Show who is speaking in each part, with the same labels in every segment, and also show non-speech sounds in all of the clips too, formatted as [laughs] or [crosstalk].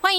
Speaker 1: 欢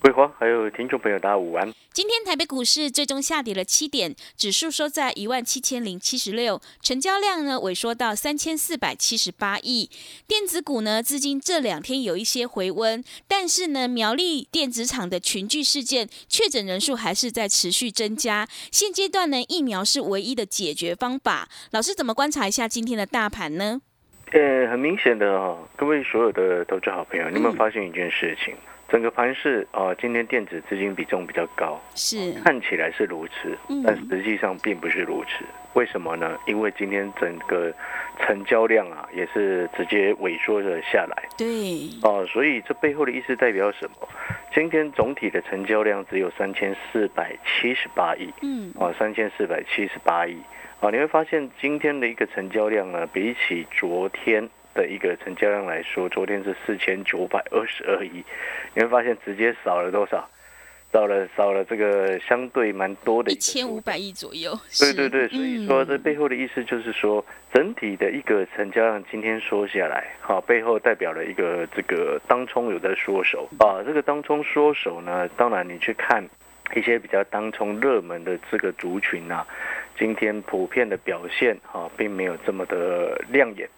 Speaker 2: 桂花还有听众朋友大家午安。
Speaker 1: 今天台北股市最终下跌了七点，指数收在一万七千零七十六，成交量呢萎缩到三千四百七十八亿。电子股呢资金这两天有一些回温，但是呢苗栗电子厂的群聚事件确诊人数还是在持续增加。现阶段呢疫苗是唯一的解决方法。老师怎么观察一下今天的大盘呢？
Speaker 2: 呃，很明显的哈、哦，各位所有的投资好朋友，你有没有发现一件事情？整个盘市啊、今天电子资金比重比较高，
Speaker 1: 是
Speaker 2: 看起来是如此
Speaker 1: 嗯，
Speaker 2: 但实际上并不是如此。为什么呢？因为今天整个成交量啊，也是直接萎缩了下来
Speaker 1: 对，
Speaker 2: 哦、所以这背后的意思代表什么？今天总体的成交量只有三千四百七十八亿，
Speaker 1: 嗯，
Speaker 2: 哦，三千四百七十八亿啊，你会发现今天的一个成交量呢，比起昨天的一个成交量来说，昨天是四千九百二十二亿，你会发现直接少了多少？少了少了这个相对蛮多的
Speaker 1: 一
Speaker 2: 一个数
Speaker 1: 千五百亿左右。
Speaker 2: 对
Speaker 1: 是
Speaker 2: 对对，所以说这
Speaker 1: 嗯
Speaker 2: 背后的意思就是说，整体的一个成交量今天缩下来，好、背后代表了一个这个当冲有在缩手啊，这个当冲缩手呢，当然你去看一些比较当冲热门的这个族群啊，今天普遍的表现啊，并没有这么的亮眼。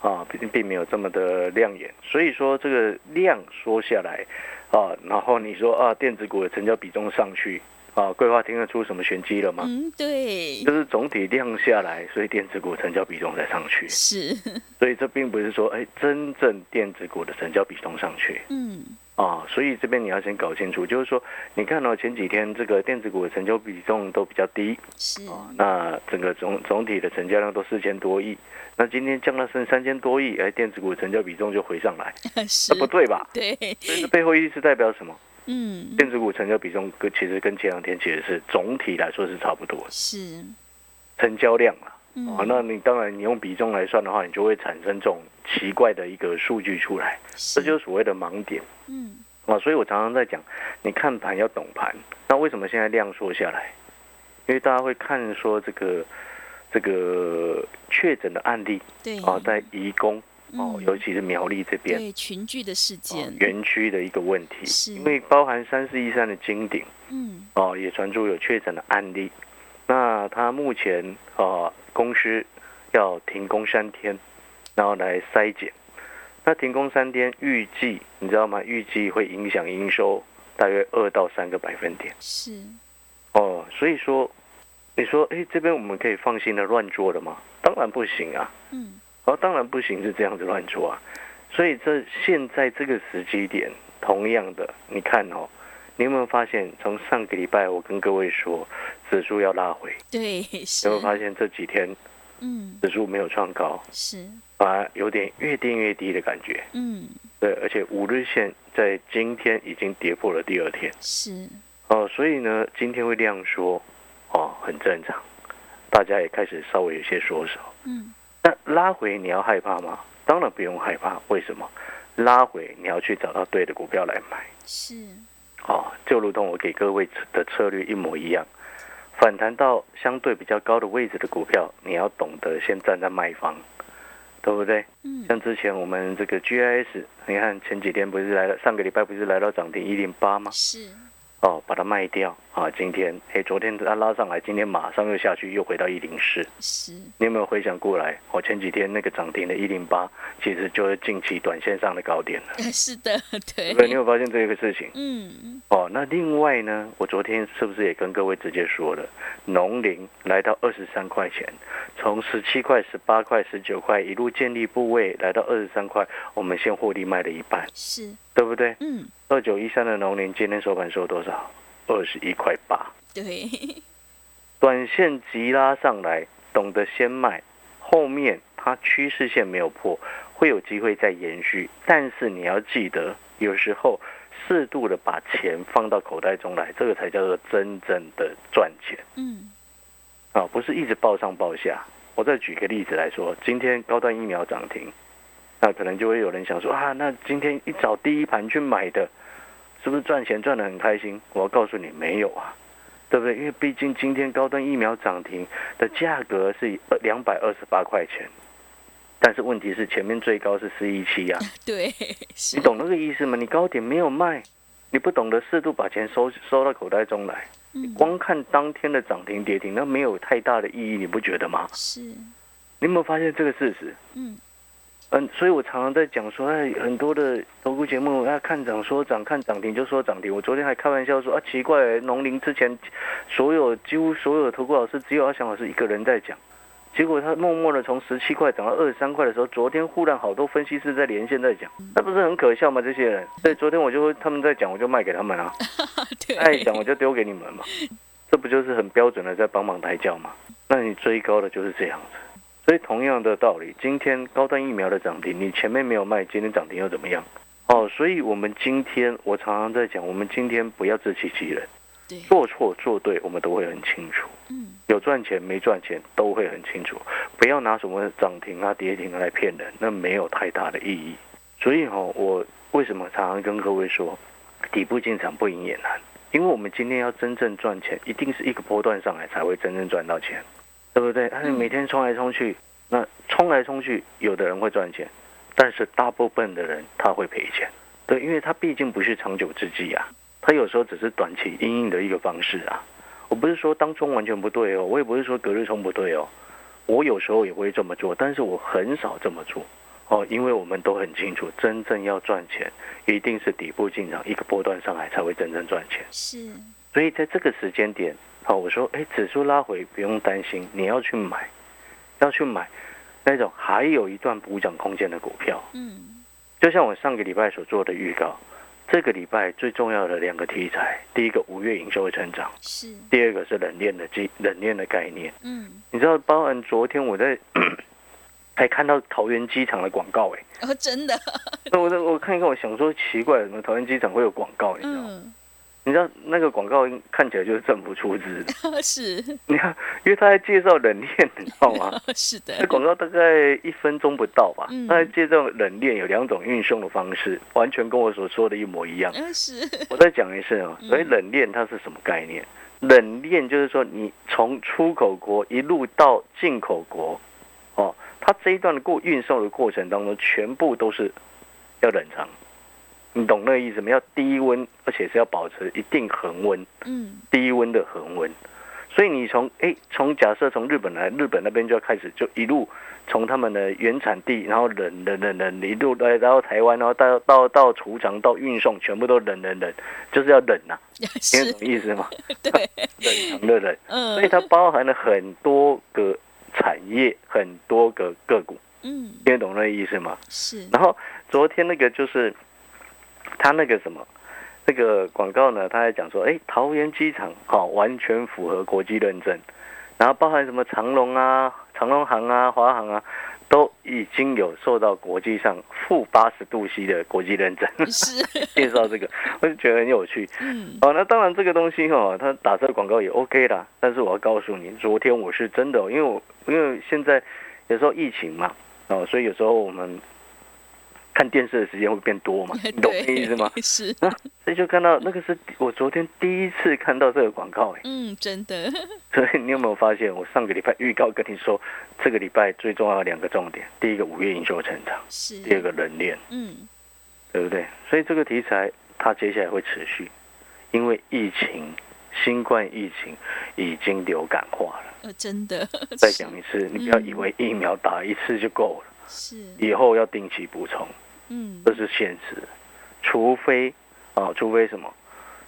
Speaker 2: 啊，并并没有这么的亮眼，所以说这个量缩下来，啊，然后你说啊，电子股的成交比重上去，啊，桂花听得出什么玄机了吗？
Speaker 1: 嗯，对
Speaker 2: 就，是总体量下来，所以电子股成交比重才上去。
Speaker 1: 是，
Speaker 2: 所以这并不是说，哎，真正电子股的成交比重上去
Speaker 1: [laughs] 嗯，
Speaker 2: 啊。所以这边你要先搞清楚，就是说，你看到、前几天这个电子股的成交比重都比较低
Speaker 1: 是，
Speaker 2: 啊，那整个总总体的成交量都四千多亿，那今天降到剩三千多亿，哎，电子股成交比重就回上来，
Speaker 1: [laughs] 是
Speaker 2: 这，不对吧？
Speaker 1: 对，
Speaker 2: 所以这背后意思代表什么？
Speaker 1: 嗯，
Speaker 2: 电子股成交比重跟其实跟前两天其实是总体来说是差不多的，
Speaker 1: 是，
Speaker 2: 成交量啊。
Speaker 1: 嗯，
Speaker 2: 哦，那你当然你用比重来算的话，你就会产生这种奇怪的一个数据出来，这
Speaker 1: 这
Speaker 2: 就是所谓的盲点
Speaker 1: 嗯，
Speaker 2: 啊。所以我常常在讲，你看盘要懂盘。那为什么现在量缩下来？因为大家会看说这个这个确诊的案例
Speaker 1: 对，
Speaker 2: 啊，在移工哦，
Speaker 1: 嗯
Speaker 2: 尤其是苗栗这边
Speaker 1: 对群聚的事
Speaker 2: 哦
Speaker 1: 件，
Speaker 2: 园区的一个问题，
Speaker 1: 是
Speaker 2: 因为包含三四一三的金鼎。
Speaker 1: 嗯，
Speaker 2: 哦，也传出有确诊的案例。那他目前呃公司要停工三天，然后来筛检。那停工三天，预计你知道吗？预计会影响营收大约二到三个百分点
Speaker 1: 是，
Speaker 2: 哦。所以说，你说哎，这边我们可以放心的乱做的吗？当然不行啊！
Speaker 1: 嗯，
Speaker 2: 哦，当然不行，是这样子乱做啊。所以这现在这个时机点，同样的，你看哦，你有没有发现，从上个礼拜我跟各位说，指数要拉回，
Speaker 1: 对，是
Speaker 2: 有没，有发现这几天
Speaker 1: 嗯，
Speaker 2: 指数没有创高，
Speaker 1: 是，
Speaker 2: 反而有点越跌越低的感觉？
Speaker 1: 嗯，
Speaker 2: 对，而且五日线在今天已经跌破了第二天
Speaker 1: 是，
Speaker 2: 哦，所以呢，今天会这样说，哦，很正常，大家也开始稍微有些缩手。
Speaker 1: 嗯，
Speaker 2: 那拉回你要害怕吗？当然不用害怕，为什么？拉回你要去找到对的股票来买
Speaker 1: 是，嗯
Speaker 2: 哦，就如同我给各位的策略一模一样，反弹到相对比较高的位置的股票，你要懂得先站在卖方，对不对？
Speaker 1: 嗯，
Speaker 2: 像之前我们这个 GIS，你看前几天不是来了，上个礼拜不是来到涨停一零八吗？
Speaker 1: 是，
Speaker 2: 哦，把它卖掉啊！今天，哎，昨天它拉上来，今天马上又下去，又回到一零四。
Speaker 1: 是， [laughs]
Speaker 2: 你有没有回想过来？我前几天那个涨停的108，其实就是近期短线上的高点了。
Speaker 1: 呃是
Speaker 2: [laughs]
Speaker 1: 的，对
Speaker 2: 对，不对？你有没有发现这个事情
Speaker 1: 嗯，
Speaker 2: 哦。那另外呢，我昨天是不是也跟各位直接说了，农林来到二十三块钱，从十七块、十八块、十九块一路建立部位，来到二十三块，我们先获利卖了一半，
Speaker 1: 是，
Speaker 2: 对不对？
Speaker 1: 嗯，
Speaker 2: 二九一三的农林今天收盘收多少？二十一块八，
Speaker 1: 对，
Speaker 2: 短线急拉上来，懂得先卖，后面它趋势线没有破，会有机会再延续。但是你要记得，有时候适度的把钱放到口袋中来，这个才叫做真正的赚钱
Speaker 1: 嗯
Speaker 2: 啊，不是一直报上报下。我再举个例子来说，今天高端疫苗涨停，那可能就会有人想说啊，那今天一早第一盘去买的，是不是赚钱赚得很开心？我要告诉你，没有啊，对不对？因为毕竟今天高端疫苗涨停的价格是两百二十八块钱，但是问题是前面最高是四一七啊，
Speaker 1: 对，是
Speaker 2: 你懂那个意思吗？你高点没有卖，你不懂得适度把钱收收到口袋中来，
Speaker 1: 嗯
Speaker 2: 光看当天的涨停跌停，那没有太大的意义，你不觉得吗？
Speaker 1: 是
Speaker 2: 你有没有发现这个事实？
Speaker 1: 嗯
Speaker 2: 嗯，所以我常常在讲说，哎，很多的投顾节目，啊，看涨说涨，看涨停就说涨停。我昨天还开玩笑说，啊，奇怪，农林之前所有几乎所有的投顾老师，只有阿翔老师一个人在讲，结果他默默的从十七块涨到二十三块的时候，昨天忽然好多分析师在连线在讲，那不是很可笑吗？这些人，所以昨天我就他们在讲，我就卖给他们啊，
Speaker 1: 对，
Speaker 2: 爱讲我就丢给你们嘛，这不就是很标准的在帮忙抬轿吗？那你追高的就是这样子。所以同样的道理，今天高端疫苗的涨停，你前面没有卖，今天涨停又怎么样？哦，所以我们今天我常常在讲，我们今天不要自欺欺人，
Speaker 1: 对，
Speaker 2: 做错做对，我们都会很清楚，
Speaker 1: 嗯
Speaker 2: 有赚钱没赚钱都会很清楚，不要拿什么涨停啊、跌停啊来骗人，那没有太大的意义。所以哈、哦，我为什么常常跟各位说，底部进场不赢也难，因为我们今天要真正赚钱，一定是一个波段上来才会真正赚到钱，对不对？但是每天冲来冲去，那冲来冲去，有的人会赚钱，但是大部分的人他会赔钱，对，因为他毕竟不是长久之计啊，他有时候只是短期阴影的一个方式啊。我不是说当冲完全不对哦，我也不是说隔日冲不对哦，我有时候也会这么做，但是我很少这么做。哦，因为我们都很清楚，真正要赚钱，一定是底部进场，一个波段上来才会真正赚钱。
Speaker 1: 是
Speaker 2: 所以在这个时间点，好、我说，哎，指数拉回不用担心，你要去买，要去买那种还有一段补涨空间的股票。
Speaker 1: 嗯
Speaker 2: 就像我上个礼拜所做的预告，这个礼拜最重要的两个题材，第一个五月营收会成长，
Speaker 1: 是
Speaker 2: 第二个是冷链的机冷链的概念。
Speaker 1: 嗯 [laughs]
Speaker 2: 你知道，包含昨天我在 [coughs] 还看到桃园机场的广告、哎。
Speaker 1: 哦，真的，
Speaker 2: 那我在我看一看，我想说奇怪，怎么桃园机场会有广告？你知道吗？
Speaker 1: 嗯 [laughs]
Speaker 2: 你知道那个广告看起来就是政府出
Speaker 1: [laughs]
Speaker 2: 资的，
Speaker 1: 是
Speaker 2: 你看，因为他在介绍冷链，你知道吗？
Speaker 1: [laughs] 是
Speaker 2: 那
Speaker 1: 的，
Speaker 2: 广告大概一分钟不到吧
Speaker 1: 嗯，
Speaker 2: 他在介绍冷链有两种运送的方式，完全跟我所说的一模一样。
Speaker 1: 嗯是
Speaker 2: 我再讲一次啊，所以冷链它是什么概念？冷链就是说你从出口国一路到进口国，哦，它这一段的过运送的过程当中，全部都是要冷藏，你懂那个意思吗？要低温，而且是要保持一定恒温，
Speaker 1: [laughs] [laughs] 嗯
Speaker 2: 低温的恒温。所以你从哎，从假设从日本来，日本那边就要开始就一路从他们的原产地，然后冷冷冷冷，一路来到台湾，然后到到到储藏到运送，全部都冷冷冷，就是要冷呐、听得
Speaker 1: 是
Speaker 2: 懂意思吗？
Speaker 1: 对，
Speaker 2: 冷藏的冷，所以
Speaker 1: 嗯
Speaker 2: 它包含了很多个产业，很多个个股，
Speaker 1: 嗯
Speaker 2: 听得懂那意思吗？
Speaker 1: 是
Speaker 2: 然后昨天那个就是他那个什么。那个广告呢，他还讲说，哎，桃园机场好、完全符合国际认证，然后包含什么长龙啊、长龙航啊、华航啊，都已经有受到国际上负八十度 C 的国际认证。
Speaker 1: [laughs]
Speaker 2: [laughs]
Speaker 1: 是
Speaker 2: 介绍这个，我就觉得很有趣。
Speaker 1: 嗯
Speaker 2: 哦，那当然这个东西哈、哦，它打这个广告也 OK 啦。但是我要告诉你，昨天我是真的哦、因为我因为现在有时候疫情嘛，哦，所以有时候我们看电视的时间会变多嘛， [laughs] 你懂我的意思吗？
Speaker 1: 对 [laughs]
Speaker 2: [laughs]
Speaker 1: 是
Speaker 2: 所以就看到那个是我昨天第一次看到这个广告哎， [laughs]
Speaker 1: 嗯真的
Speaker 2: 所以你有没有发现我上个礼拜预告跟你说，这个礼拜最重要的两个重点，第一个五月营收成长，
Speaker 1: 是
Speaker 2: 第二个冷链。
Speaker 1: 嗯
Speaker 2: 对不对？所以这个题材它接下来会持续，因为疫情，新冠疫情已经流感化了。
Speaker 1: 呃真的
Speaker 2: 再
Speaker 1: 是
Speaker 2: 讲一次，你不要以为疫苗打一次就够了，
Speaker 1: 是
Speaker 2: 以后要定期补充，
Speaker 1: 嗯
Speaker 2: 这是现实。除非啊，除非什么？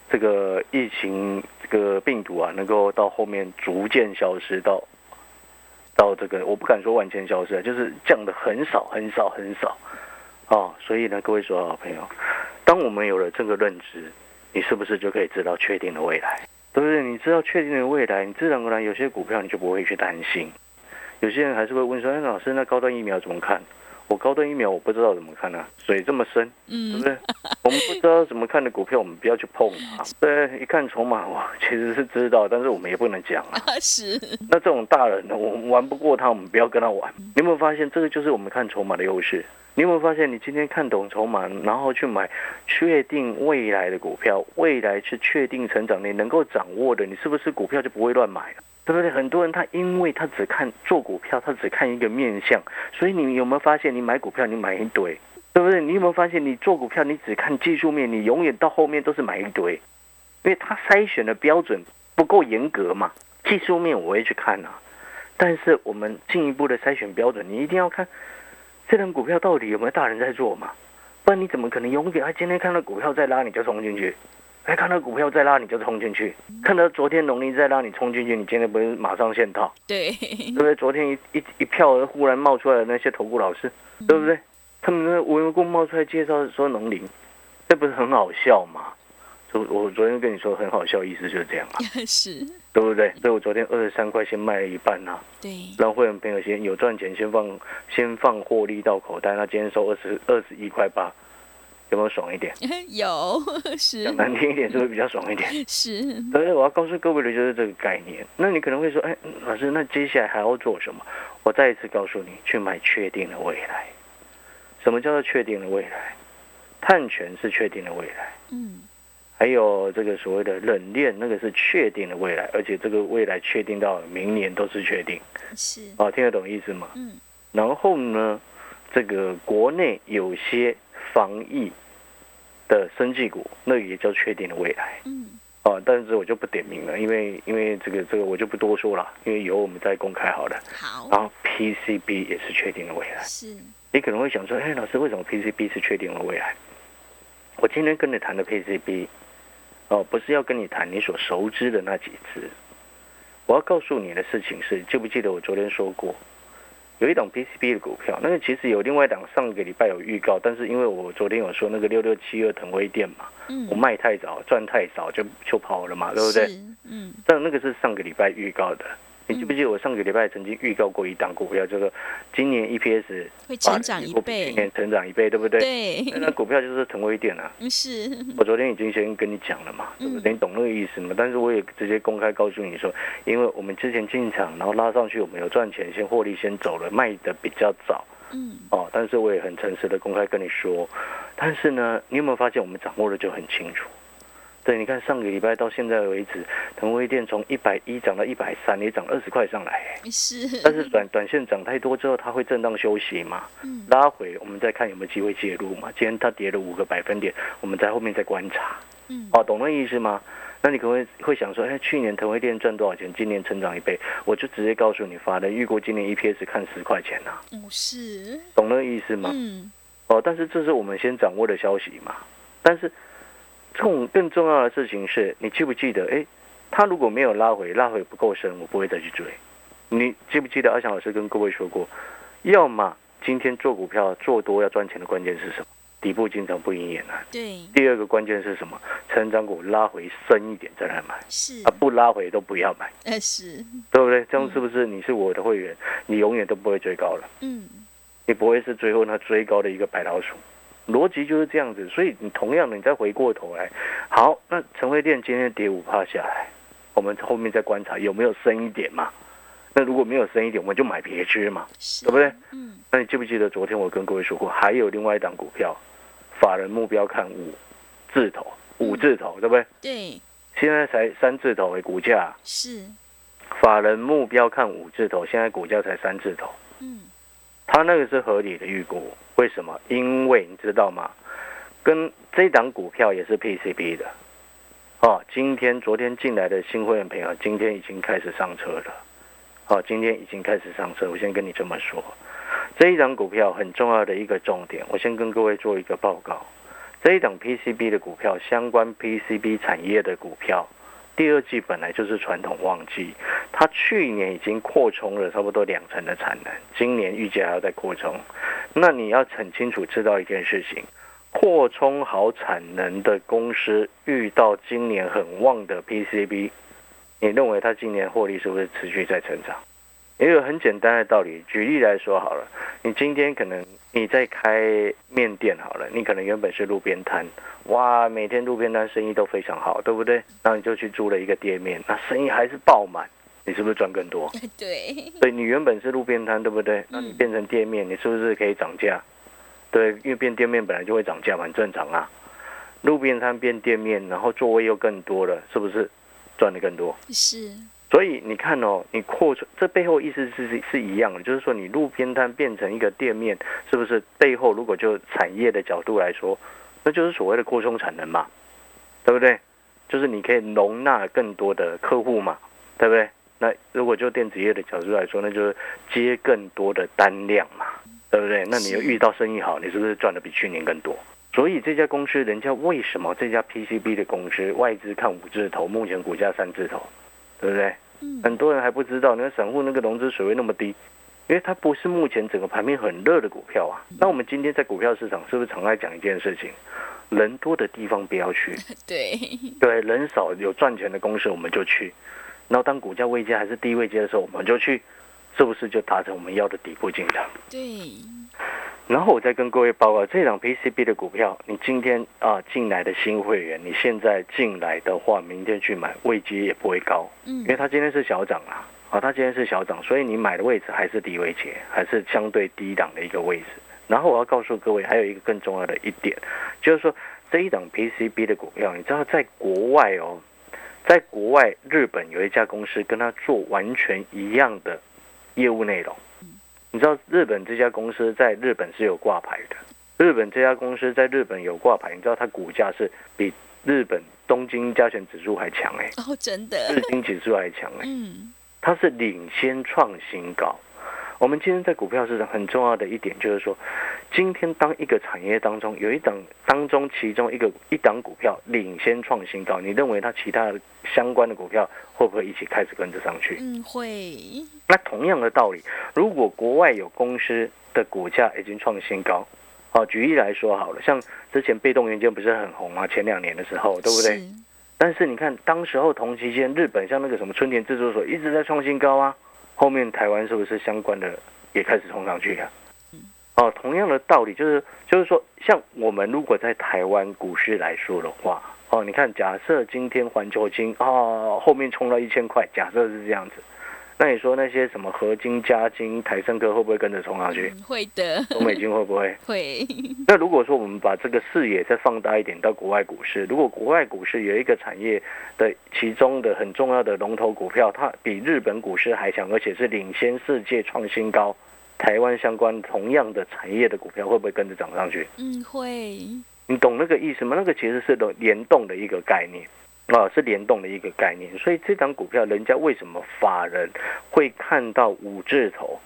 Speaker 2: 这个疫情，这个病毒啊，能够到后面逐渐消失到，到这个我不敢说完全消失，啊就是降的很少很少很少，哦，所以呢，各位所有好朋友，当我们有了这个认知，你是不是就可以知道确定的未来？对不对？你知道确定的未来，你自然而然有些股票你就不会去担心，有些人还是会问说，哎，老师，那高端疫苗怎么看？我高端疫苗我不知道怎么看呢、啊水这么深，对
Speaker 1: 嗯，
Speaker 2: 不对？我们不知道怎么看的股票，我们不要去碰它。对，一看筹码，我其实是知道，但是我们也不能讲啊。
Speaker 1: [laughs] 是，
Speaker 2: 那这种大人呢，我们玩不过他，我们不要跟他玩。你有没有发现，这个就是我们看筹码的优势？你有没有发现，你今天看懂筹码，然后去买确定未来的股票，未来是确定成长，你能够掌握的，你是不是股票就不会乱买了？对不对？很多人他因为他只看做股票，他只看一个面相，所以你有没有发现，你买股票你买一堆，对不对？你有没有发现，你做股票你只看技术面，你永远到后面都是买一堆，因为他筛选的标准不够严格嘛。技术面我会去看啊，但是我们进一步的筛选标准，你一定要看这档股票到底有没有大人在做嘛，不然你怎么可能永远啊？今天看到股票在拉你就冲进去，哎，看到股票在拉你就冲进去，看到昨天农历在拉你冲进去，你今天不是马上现套，
Speaker 1: 对， [laughs]
Speaker 2: 对不对？昨天一一一票忽然冒出来的那些投顾老师，对不对？他们那无缘无故冒出来介绍说农林，这不是很好笑吗？就我昨天跟你说很好笑，意思就是这样啊。
Speaker 1: 是，
Speaker 2: 对不对？所以我昨天二十三块先卖了一半呐、
Speaker 1: 对，
Speaker 2: 让会员朋友先有赚钱先放先放获利到口袋。那今天收二十二十一块八，有没有爽一点？
Speaker 1: 有，是
Speaker 2: 讲难听一点，是不是比较爽一点？ [laughs]
Speaker 1: 是，
Speaker 2: 所以我要告诉各位的就是这个概念。那你可能会说，哎，嗯老师，那接下来还要做什么？我再一次告诉你，去买确定的未来。什么叫做确定的未来？碳权是确定的未来。
Speaker 1: 嗯，
Speaker 2: 还有这个所谓的冷链，那个是确定的未来，而且这个未来确定到明年都是确定。
Speaker 1: 是，
Speaker 2: 哦，听得懂意思吗？
Speaker 1: 嗯。
Speaker 2: 然后呢，这个国内有些防疫的生技股，那也叫确定的未来
Speaker 1: 嗯，
Speaker 2: 哦。但是我就不点名了，因为因为这个这个我就不多说了，因为以后我们再公开好了。
Speaker 1: 好，
Speaker 2: 然后 PCB 也是确定的未来。
Speaker 1: 是，
Speaker 2: 你可能会想说，哎，老师，为什么 PCB 是确定的未来？我今天跟你谈的 PCB，哦，不是要跟你谈你所熟知的那几只。我要告诉你的事情是，记不记得我昨天说过，有一档 PCB 的股票，那个其实有另外一档上个礼拜有预告，但是因为我昨天有说那个六六七二腾威店嘛，
Speaker 1: 嗯，
Speaker 2: 我卖太早，赚太少就就跑了嘛，对不对？
Speaker 1: 是，嗯，
Speaker 2: 但那个是上个礼拜预告的。你记不记得我上个礼拜曾经预告过一档股票，叫做今年 E EPS
Speaker 1: 会成长一
Speaker 2: 比去
Speaker 1: 倍，
Speaker 2: 年成长一倍，对不对？
Speaker 1: 对，
Speaker 2: 那股票就是腾威店啊，
Speaker 1: 嗯 [laughs] 是，
Speaker 2: 我昨天已经先跟你讲了嘛，对
Speaker 1: 嗯
Speaker 2: 不对？你懂那个意思吗？但是我也直接公开告诉你说，因为我们之前进场，然后拉上去，我们有赚钱，先获利，先走了，卖的比较早
Speaker 1: 嗯，
Speaker 2: 哦。但是我也很诚实的公开跟你说，但是呢，你有没有发现我们掌握的就很清楚？对，你看上个礼拜到现在为止，腾威店从一百一涨到一百三，也涨二十块上来。但
Speaker 1: 是，
Speaker 2: 是短短线涨太多之后，它会震荡休息嘛
Speaker 1: 嗯，
Speaker 2: 拉回，我们再看有没有机会介入嘛。今天它跌了五个百分点，我们在后面再观察。
Speaker 1: 嗯，
Speaker 2: 哦，懂那意思吗？那你可能会会想说，哎，去年腾威店赚多少钱？今年成长一倍，我就直接告诉你，法人预估今年 EPS 看十块钱呐、啊
Speaker 1: 嗯是，
Speaker 2: 懂那意思吗？
Speaker 1: 嗯，
Speaker 2: 哦，但是这是我们先掌握的消息嘛。但是这种更重要的事情是你记不记得？哎，他如果没有拉回，拉回不够深，我不会再去追。你记不记得阿翔老师跟各位说过，要么今天做股票做多要赚钱的关键是什么？底部经常不赢也难。
Speaker 1: 对，
Speaker 2: 第二个关键是什么？成长股拉回深一点再来买，
Speaker 1: 是
Speaker 2: 啊，，不拉回都不要买，
Speaker 1: 呃，是，
Speaker 2: 对不对？这样是不是你是我的会员，你永远都不会追高了？
Speaker 1: 嗯，
Speaker 2: 你不会是最后那追高的一个白老鼠。逻辑就是这样子，所以你同样的，你再回过头来，好，那陈辉店今天跌五趴下来，我们后面再观察有没有深一点嘛？那如果没有深一点，我们就买别只嘛。
Speaker 1: 是，
Speaker 2: 对不对？
Speaker 1: 嗯，
Speaker 2: 那你记不记得昨天我跟各位说过，还有另外一档股票，法人目标看五字头，五字头对不对？
Speaker 1: 对，
Speaker 2: 现在才三字头的哎股价，
Speaker 1: 是，
Speaker 2: 法人目标看五字头，现在股价才三字头。
Speaker 1: 嗯，
Speaker 2: 它那个是合理的预估，为什么？因为你知道吗？跟这档股票也是 PCB 的，哦，今天昨天进来的新会员朋友，今天已经开始上车了，哦，今天已经开始上车。我先跟你这么说，这一档股票很重要的一个重点，我先跟各位做一个报告。这一档 PCB 的股票，相关 PCB 产业的股票，第二季本来就是传统旺季，它去年已经扩充了差不多两成的产能，今年预计还要再扩充。那你要很清楚知道一件事情：扩充好产能的公司遇到今年很旺的 PCB，你认为它今年获利是不是持续在成长？也有很简单的道理，举例来说好了，你今天可能你在开面店好了，你可能原本是路边摊，哇，每天路边摊生意都非常好，对不对？然后你就去租了一个店面，那生意还是爆满，你是不是赚更多？
Speaker 1: 呃对，
Speaker 2: 所以你原本是路边摊，对不对？那你变成店面，你是不是可以涨价？对，因为变店面本来就会涨价嘛，很正常啊。路边摊变店面，然后座位又更多了，是不是赚的更多？
Speaker 1: 是，
Speaker 2: 所以你看哦，你扩充这背后意思是是一样的，就是说你路边摊变成一个店面，是不是背后如果就产业的角度来说，那就是所谓的扩充产能嘛，对不对？就是你可以容纳更多的客户嘛，对不对？那如果就电子业的角度来说，那就是接更多的单量嘛，对不对？那你又
Speaker 1: 是
Speaker 2: 遇到生意好，你是不是赚的比去年更多？所以这家公司，人家为什么这家 PCB 的公司外资看五字头，目前股价三字头，对不对？
Speaker 1: 嗯，
Speaker 2: 很多人还不知道，那散户那个融资水位那么低，因为它不是目前整个盘面很热的股票啊。那我们今天在股票市场是不是常爱讲一件事情？人多的地方不要去，
Speaker 1: 对，
Speaker 2: 对，人少有赚钱的公司我们就去，然后当股价位阶还是低位阶的时候我们就去，是不是就达成我们要的底部进场？
Speaker 1: 对，
Speaker 2: 然后我再跟各位报告，这档 PCB 的股票，你今天啊进来的新会员，你现在进来的话，明天去买，位阶也不会高，
Speaker 1: 嗯
Speaker 2: 因为它今天是小涨啊，啊，它今天是小涨，所以你买的位置还是低位阶，还是相对低档的一个位置。然后我要告诉各位，还有一个更重要的一点，就是说这一档 PCB 的股票，你知道在国外哦，在国外日本有一家公司跟它做完全一样的业务内容。你知道日本这家公司在日本是有挂牌的，日本这家公司在日本有挂牌，你知道它股价是比日本东京加权指数还强哎、
Speaker 1: 哦，真
Speaker 2: 日
Speaker 1: 的，
Speaker 2: 经指数还强哎、
Speaker 1: 嗯，
Speaker 2: 它是领先创新高。我们今天在股票市场很重要的一点就是说，今天当一个产业当中有一档当中其中一个一档股票领先创新高，你认为它其他的相关的股票会不会一起开始跟着上去？
Speaker 1: 嗯，会，
Speaker 2: 那同样的道理，如果国外有公司的股价已经创新高，好、举例来说好了，像之前被动元件不是很红吗？前两年的时候，对不对？
Speaker 1: 是？
Speaker 2: 但是你看，当时候同期间，日本像那个什么春田制作所一直在创新高啊，后面台湾是不是相关的也开始冲上去了？啊哦，同样的道理就是，就是说，像我们如果在台湾股市来说的话，哦，你看，假设今天环球金哦后面冲到一千块，假设是这样子，那你说那些什么合金、嘉金、台盛科会不会跟着冲
Speaker 1: [laughs]
Speaker 2: 上去？
Speaker 1: 嗯会的，
Speaker 2: 中美金会不会？
Speaker 1: 会，
Speaker 2: 那如果说我们把这个视野再放大一点到国外股市，如果国外股市有一个产业的其中的很重要的龙头股票，它比日本股市还强，而且是领先世界创新高，台湾相关同样的产业的股票会不会跟着涨上去？
Speaker 1: 嗯，会，
Speaker 2: 你懂那个意思吗？那个其实是联动的一个概念。啊，是联动的一个概念，所以这档股票，人家为什么法人会看到五字头？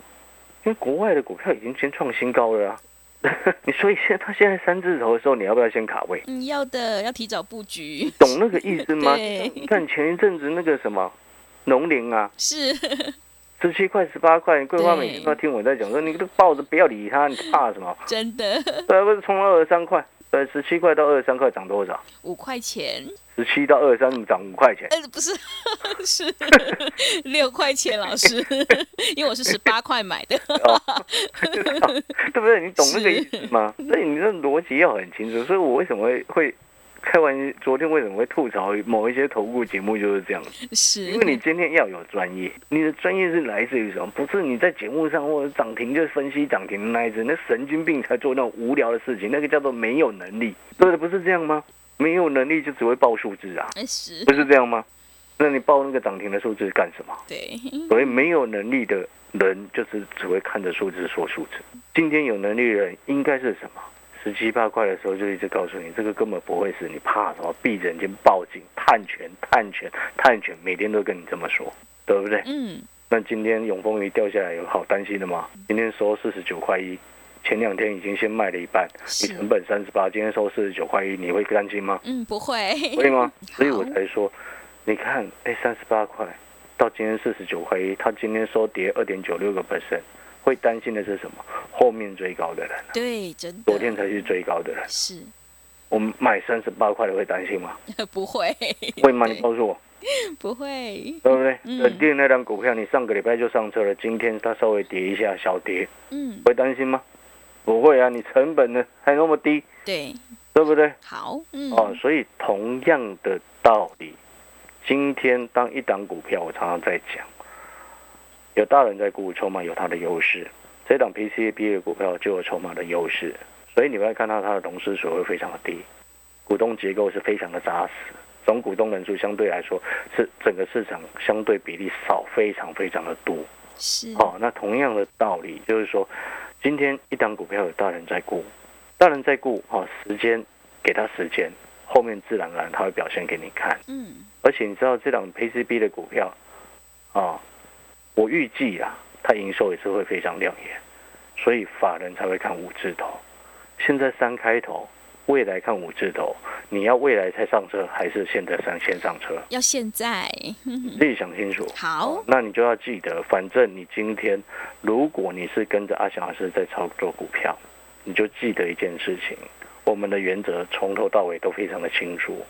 Speaker 2: 因为国外的股票已经先创新高了啊。 [laughs] 你所以现在它现在三字头的时候，你要不要先卡位？
Speaker 1: 嗯，要的，要提早布局，
Speaker 2: 懂那个意思吗？
Speaker 1: 对
Speaker 2: 你看前一阵子那个什么农林啊，
Speaker 1: 是，
Speaker 2: 十七块、十八块，桂花
Speaker 1: 对
Speaker 2: 每天都要听我在讲说，你都抱着不要理它，你怕什么？
Speaker 1: 真的，
Speaker 2: 对啊，不是冲到二十三块，呃，十七块到二十三块涨多少？
Speaker 1: 五块钱，
Speaker 2: 十七到二十三涨五块钱。
Speaker 1: 呃，不是，是六块钱，老师，因为我是十八块买的，
Speaker 2: [laughs] 对不对？你懂那个意思吗？所以你这逻辑要很清楚。所以我为什么会会开玩笑？昨天为什么会吐槽某一些投顾节目就是这样？
Speaker 1: 是，
Speaker 2: 哦 [laughs] 因为你今天要有专业，你的专业是来自于什么？不是你在节目上或者涨停就分析涨停的那一只，那神经病才做那种无聊的事情，那个叫做没有能力，对的，不是这样吗？没有能力就只会报数字啊，
Speaker 1: 呃是
Speaker 2: 不，是这样吗？那你报那个涨停的数字干什么？
Speaker 1: 对，
Speaker 2: 所以没有能力的人，就是只会看着数字说数字。今天有能力的人应该是什么？十七八块的时候就一直告诉你，这个根本不会死，你怕什么？闭着眼睛报警、探权、探权、探权，每天都跟你这么说，对不对？
Speaker 1: 嗯，
Speaker 2: 那今天永丰鱼掉下来有好担心的吗？今天收四十九块一，前两天已经先卖了一半，你
Speaker 1: 是
Speaker 2: 成本三十八，今天收四十九块一，你会担心吗？
Speaker 1: 嗯，不会，
Speaker 2: 会吗？所以我才说，你看，哎，三十八块到今天四十九块一，它今天收跌二点九六个 percent，会担心的是什么？后面追高的人，
Speaker 1: 对，真的，
Speaker 2: 昨天才去追高的人，
Speaker 1: 是， [laughs]
Speaker 2: 我们买三十八块的会担心吗？
Speaker 1: 不会，
Speaker 2: 会吗？
Speaker 1: 哎对
Speaker 2: 你告诉我，
Speaker 1: 不会，
Speaker 2: 对不对？
Speaker 1: 嗯
Speaker 2: 呃，另那张股票你上个礼拜就上车了，今天它稍微跌一下，小跌，
Speaker 1: 嗯，
Speaker 2: 会担心吗？不会啊，你成本呢还那么低，
Speaker 1: 对，
Speaker 2: 对不对？
Speaker 1: 好，嗯，
Speaker 2: 哦，所以同样的道理，今天当一档股票，我常常在讲，有大人在估筹码有它的优势，这档 PCB 的股票就有筹码的优势，所以你会看到它的融资所会非常的低，股东结构是非常的扎实，总股东人数相对来说是整个市场相对比例少，非常非常的多。
Speaker 1: 是，
Speaker 2: 哦，那同样的道理就是说，今天一档股票有大人在顾，大人在顾，哦，时间给他时间，后面自然而然他会表现给你看。
Speaker 1: 嗯，
Speaker 2: 而且你知道这档 PCB 的股票，啊、我预计啊，它营收也是会非常亮眼，所以法人才会看五字头。现在三开头，未来看五字头，你要未来才上车，还是现在上先上车？
Speaker 1: 要现在，
Speaker 2: 自己想清
Speaker 1: 嗯
Speaker 2: 楚。
Speaker 1: 好，
Speaker 2: 那你就要记得，反正你今天如果你是跟着阿翔老师在操作股票，你就记得一件事情，我们的原则从头到尾都非常的清楚，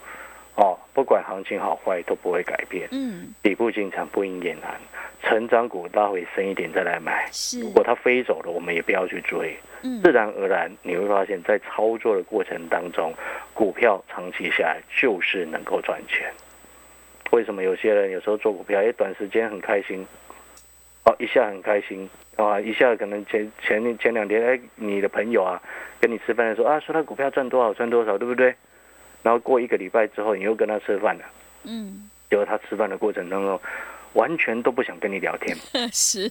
Speaker 2: 哦，不管行情好坏都不会改变，
Speaker 1: 嗯，
Speaker 2: 底部进场不赢也难，成长股拉回深一点再来买。
Speaker 1: 是
Speaker 2: 如，果它飞走了，我们也不要去追，
Speaker 1: 嗯
Speaker 2: 自，然而然你会发现在操作的过程当中，股票长期下来就是能够赚钱。为什么有些人有时候做股票，哎，短时间很开心，哦，一下很开心，啊，一下可能前前前两天，哎，你的朋友啊，跟你吃饭的时候啊，说他股票赚多少赚多少，对不对？然后过一个礼拜之后，你又跟他吃饭了，
Speaker 1: 嗯， [laughs]
Speaker 2: 结果他吃饭的过程当中，哦完全都不想跟你聊天，
Speaker 1: 是，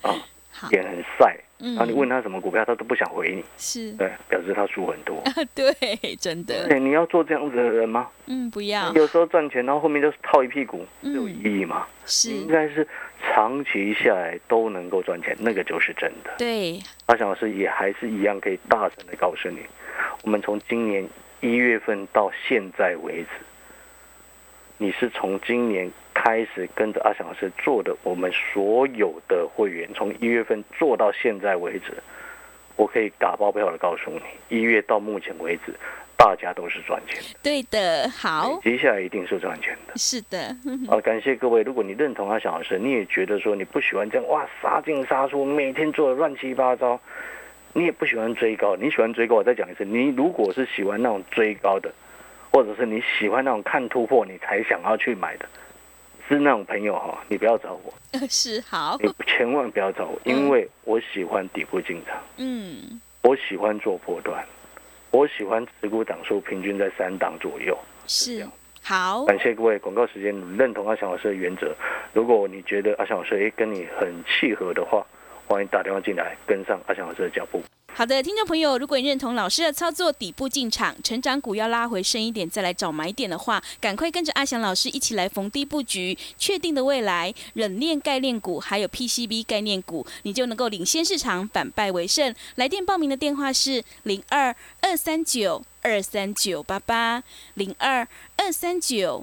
Speaker 2: 啊
Speaker 1: 好，
Speaker 2: 脸很晒，
Speaker 1: 嗯
Speaker 2: 然后你问他什么股票，他都不想回你，
Speaker 1: 是， [laughs]
Speaker 2: 对，表示他输很多。
Speaker 1: 啊，对，真的，
Speaker 2: 对，你要做这样子的人吗？
Speaker 1: 嗯，不要，
Speaker 2: 有时候赚钱，然后后面就是套一嗯屁股，
Speaker 1: 嗯，
Speaker 2: 有意义吗？应
Speaker 1: 是，
Speaker 2: 该是长期下来都能够赚钱，那个就是真的。
Speaker 1: 对，
Speaker 2: 阿翔老师也还是一样，可以大声的告诉你，我们从今年一月份到现在为止，你是从今年开始跟着阿翔老师做的，我们所有的会员从一月份做到现在为止，我可以打包票的告诉你，一月到目前为止，大家都是赚钱的，
Speaker 1: 对的，好，
Speaker 2: 接下来一定是赚钱的。
Speaker 1: 是的， [laughs]
Speaker 2: 啊，感谢各位！如果你认同阿啊翔老师，你也觉得说你不喜欢这样哇杀进杀出，每天做的乱七八糟，你也不喜欢追高，你喜欢追高，我再讲一次，你如果是喜欢那种追高的，或者是你喜欢那种看突破你才想要去买的，是那种朋友哈、你不要找我，
Speaker 1: 哦是好，
Speaker 2: 你千万不要找我，因为我喜欢底部进场，
Speaker 1: 嗯，
Speaker 2: 我喜欢做波段，我喜欢持股档数平均在三档左右。
Speaker 1: 是，好，
Speaker 2: 感谢各位，广告时间你认同阿翔老师的原则。如果你觉得阿翔老师诶跟你很契合的话，欢迎打电话进来，跟上阿翔老师的脚步。
Speaker 1: 好的，听众朋友，如果你认同老师的操作，底部进场，成长股要拉回深一点再来找买点的话，赶快跟着阿翔老师一起来逢低布局，确定的未来冷链概念股还有 PCB 概念股，你就能够领先市场，反败为胜。来电报名的电话是零二二三九二三九八八零二二三九。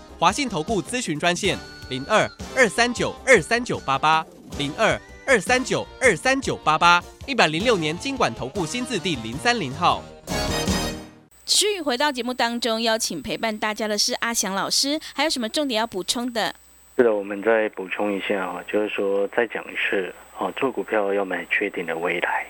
Speaker 3: 华信投顾咨询专线零二二三九二三九八八零二二三九二三九八八，一百零六年经管投顾新字第零三零号。
Speaker 1: 持续回到节目当中，邀请陪伴大家的是阿翔老师，还有什么重点要补充的？
Speaker 2: 是的，我们再补充一下啊，就是说再讲一次啊，做股票要买确定的未来。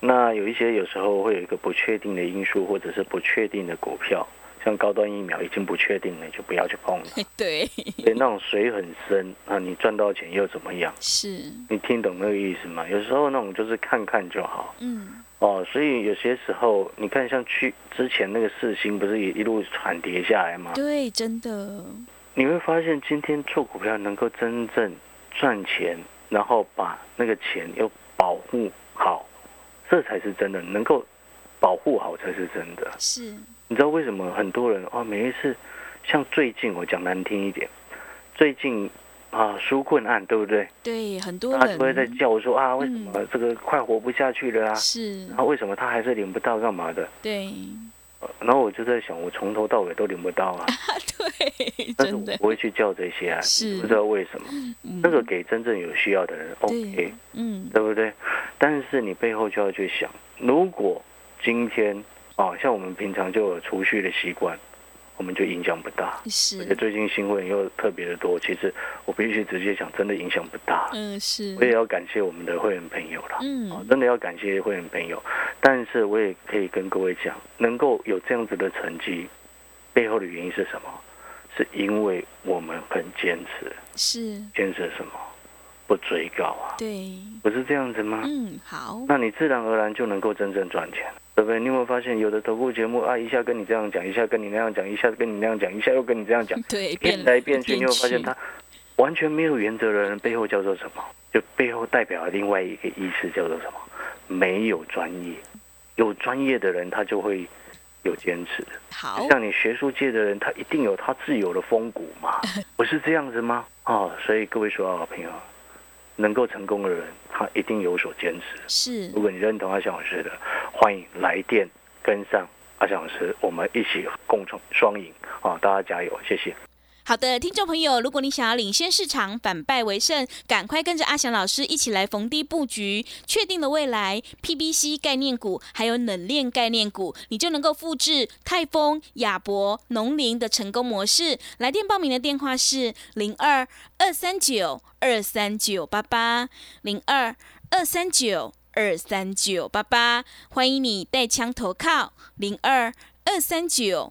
Speaker 2: 那有一些有时候会有一个不确定的因素，或者是不确定的股票，像高端疫苗已经不确定了，就不要去碰了。
Speaker 1: [laughs] 对，
Speaker 2: 所以那种水很深啊，你赚到钱又怎么样？
Speaker 1: 是，
Speaker 2: 你听懂那个意思吗？有时候那种就是看看就好。
Speaker 1: 嗯，
Speaker 2: 哦，所以有些时候，你看像去之前那个四星，不是也一路惨跌下来吗？
Speaker 1: 对，真的，
Speaker 2: 你会发现，今天做股票能够真正赚钱，然后把那个钱又保护好，这才是真的，能够保护好才是真的。
Speaker 1: 是，
Speaker 2: 你知道为什么很多人哦，每一次像最近我讲难听一点，最近啊纾困案，对不对？
Speaker 1: 对，很多
Speaker 2: 大家
Speaker 1: 人
Speaker 2: 都会在叫我说啊，为什么这个快活不下去了啊？
Speaker 1: 是
Speaker 2: 然，后为什么他还是领不到干嘛的？
Speaker 1: 对，
Speaker 2: 呃然后我就在想，我从头到尾都领不到啊，
Speaker 1: 对，
Speaker 2: [laughs] 但是我
Speaker 1: 真的
Speaker 2: 不会去叫这些啊，
Speaker 1: 是
Speaker 2: 不知道为什么。
Speaker 1: 嗯
Speaker 2: 那个给真正有需要的人，OK，
Speaker 1: 对，嗯，
Speaker 2: 对不对？但是你背后就要去想，如果今天啊，像我们平常就有储蓄的习惯，我们就影响不大。而且
Speaker 1: 是，
Speaker 2: 最近新闻又特别的多，其实我必须直接讲，真的影响不大。
Speaker 1: 嗯是
Speaker 2: 我，也要感谢我们的会员朋友啦，哦
Speaker 1: 嗯，
Speaker 2: 真的要感谢会员朋友。但是我也可以跟各位讲，能够有这样子的成绩，背后的原因是什么？是因为我们很坚持，
Speaker 1: 是，
Speaker 2: 坚持什么？不追高啊，
Speaker 1: 对，
Speaker 2: 不是这样子吗？
Speaker 1: 嗯，好，
Speaker 2: 那你自然而然就能够真正赚钱，对不对？你有没有发现，有的投顾节目啊，一下跟你这样讲，一下跟你那样讲，一下跟你那样讲，一下又跟你这样讲，
Speaker 1: 对，
Speaker 2: 变
Speaker 1: 变
Speaker 2: 来变去，你有没有发现他完全没有原则的人背后叫做什么？就背后代表了另外一个意思叫做什么？没有专业，有专业的人他就会有坚持。
Speaker 1: 好，
Speaker 2: 像你学术界的人，他一定有他自有的风骨 [laughs] 嘛，不是这样子吗？哦，所以各位所有的朋友，能够成功的人，他一定有所坚持。
Speaker 1: 是
Speaker 2: 如，果你认同阿翔老师的，欢迎来电跟上阿翔老师，我们一起共创双赢啊、大家加油，谢谢。
Speaker 1: 好的，听众朋友，如果你想要领先市场、反败为胜，赶快跟着阿翔老师一起来逢低布局，确定了未来 PBC 概念股还有冷链概念股，你就能够复制泰丰、亚博、农林的成功模式。来电报名的电话是零二二三九二三九八八零二二三九二三九八八，欢迎你带枪投靠零二二三九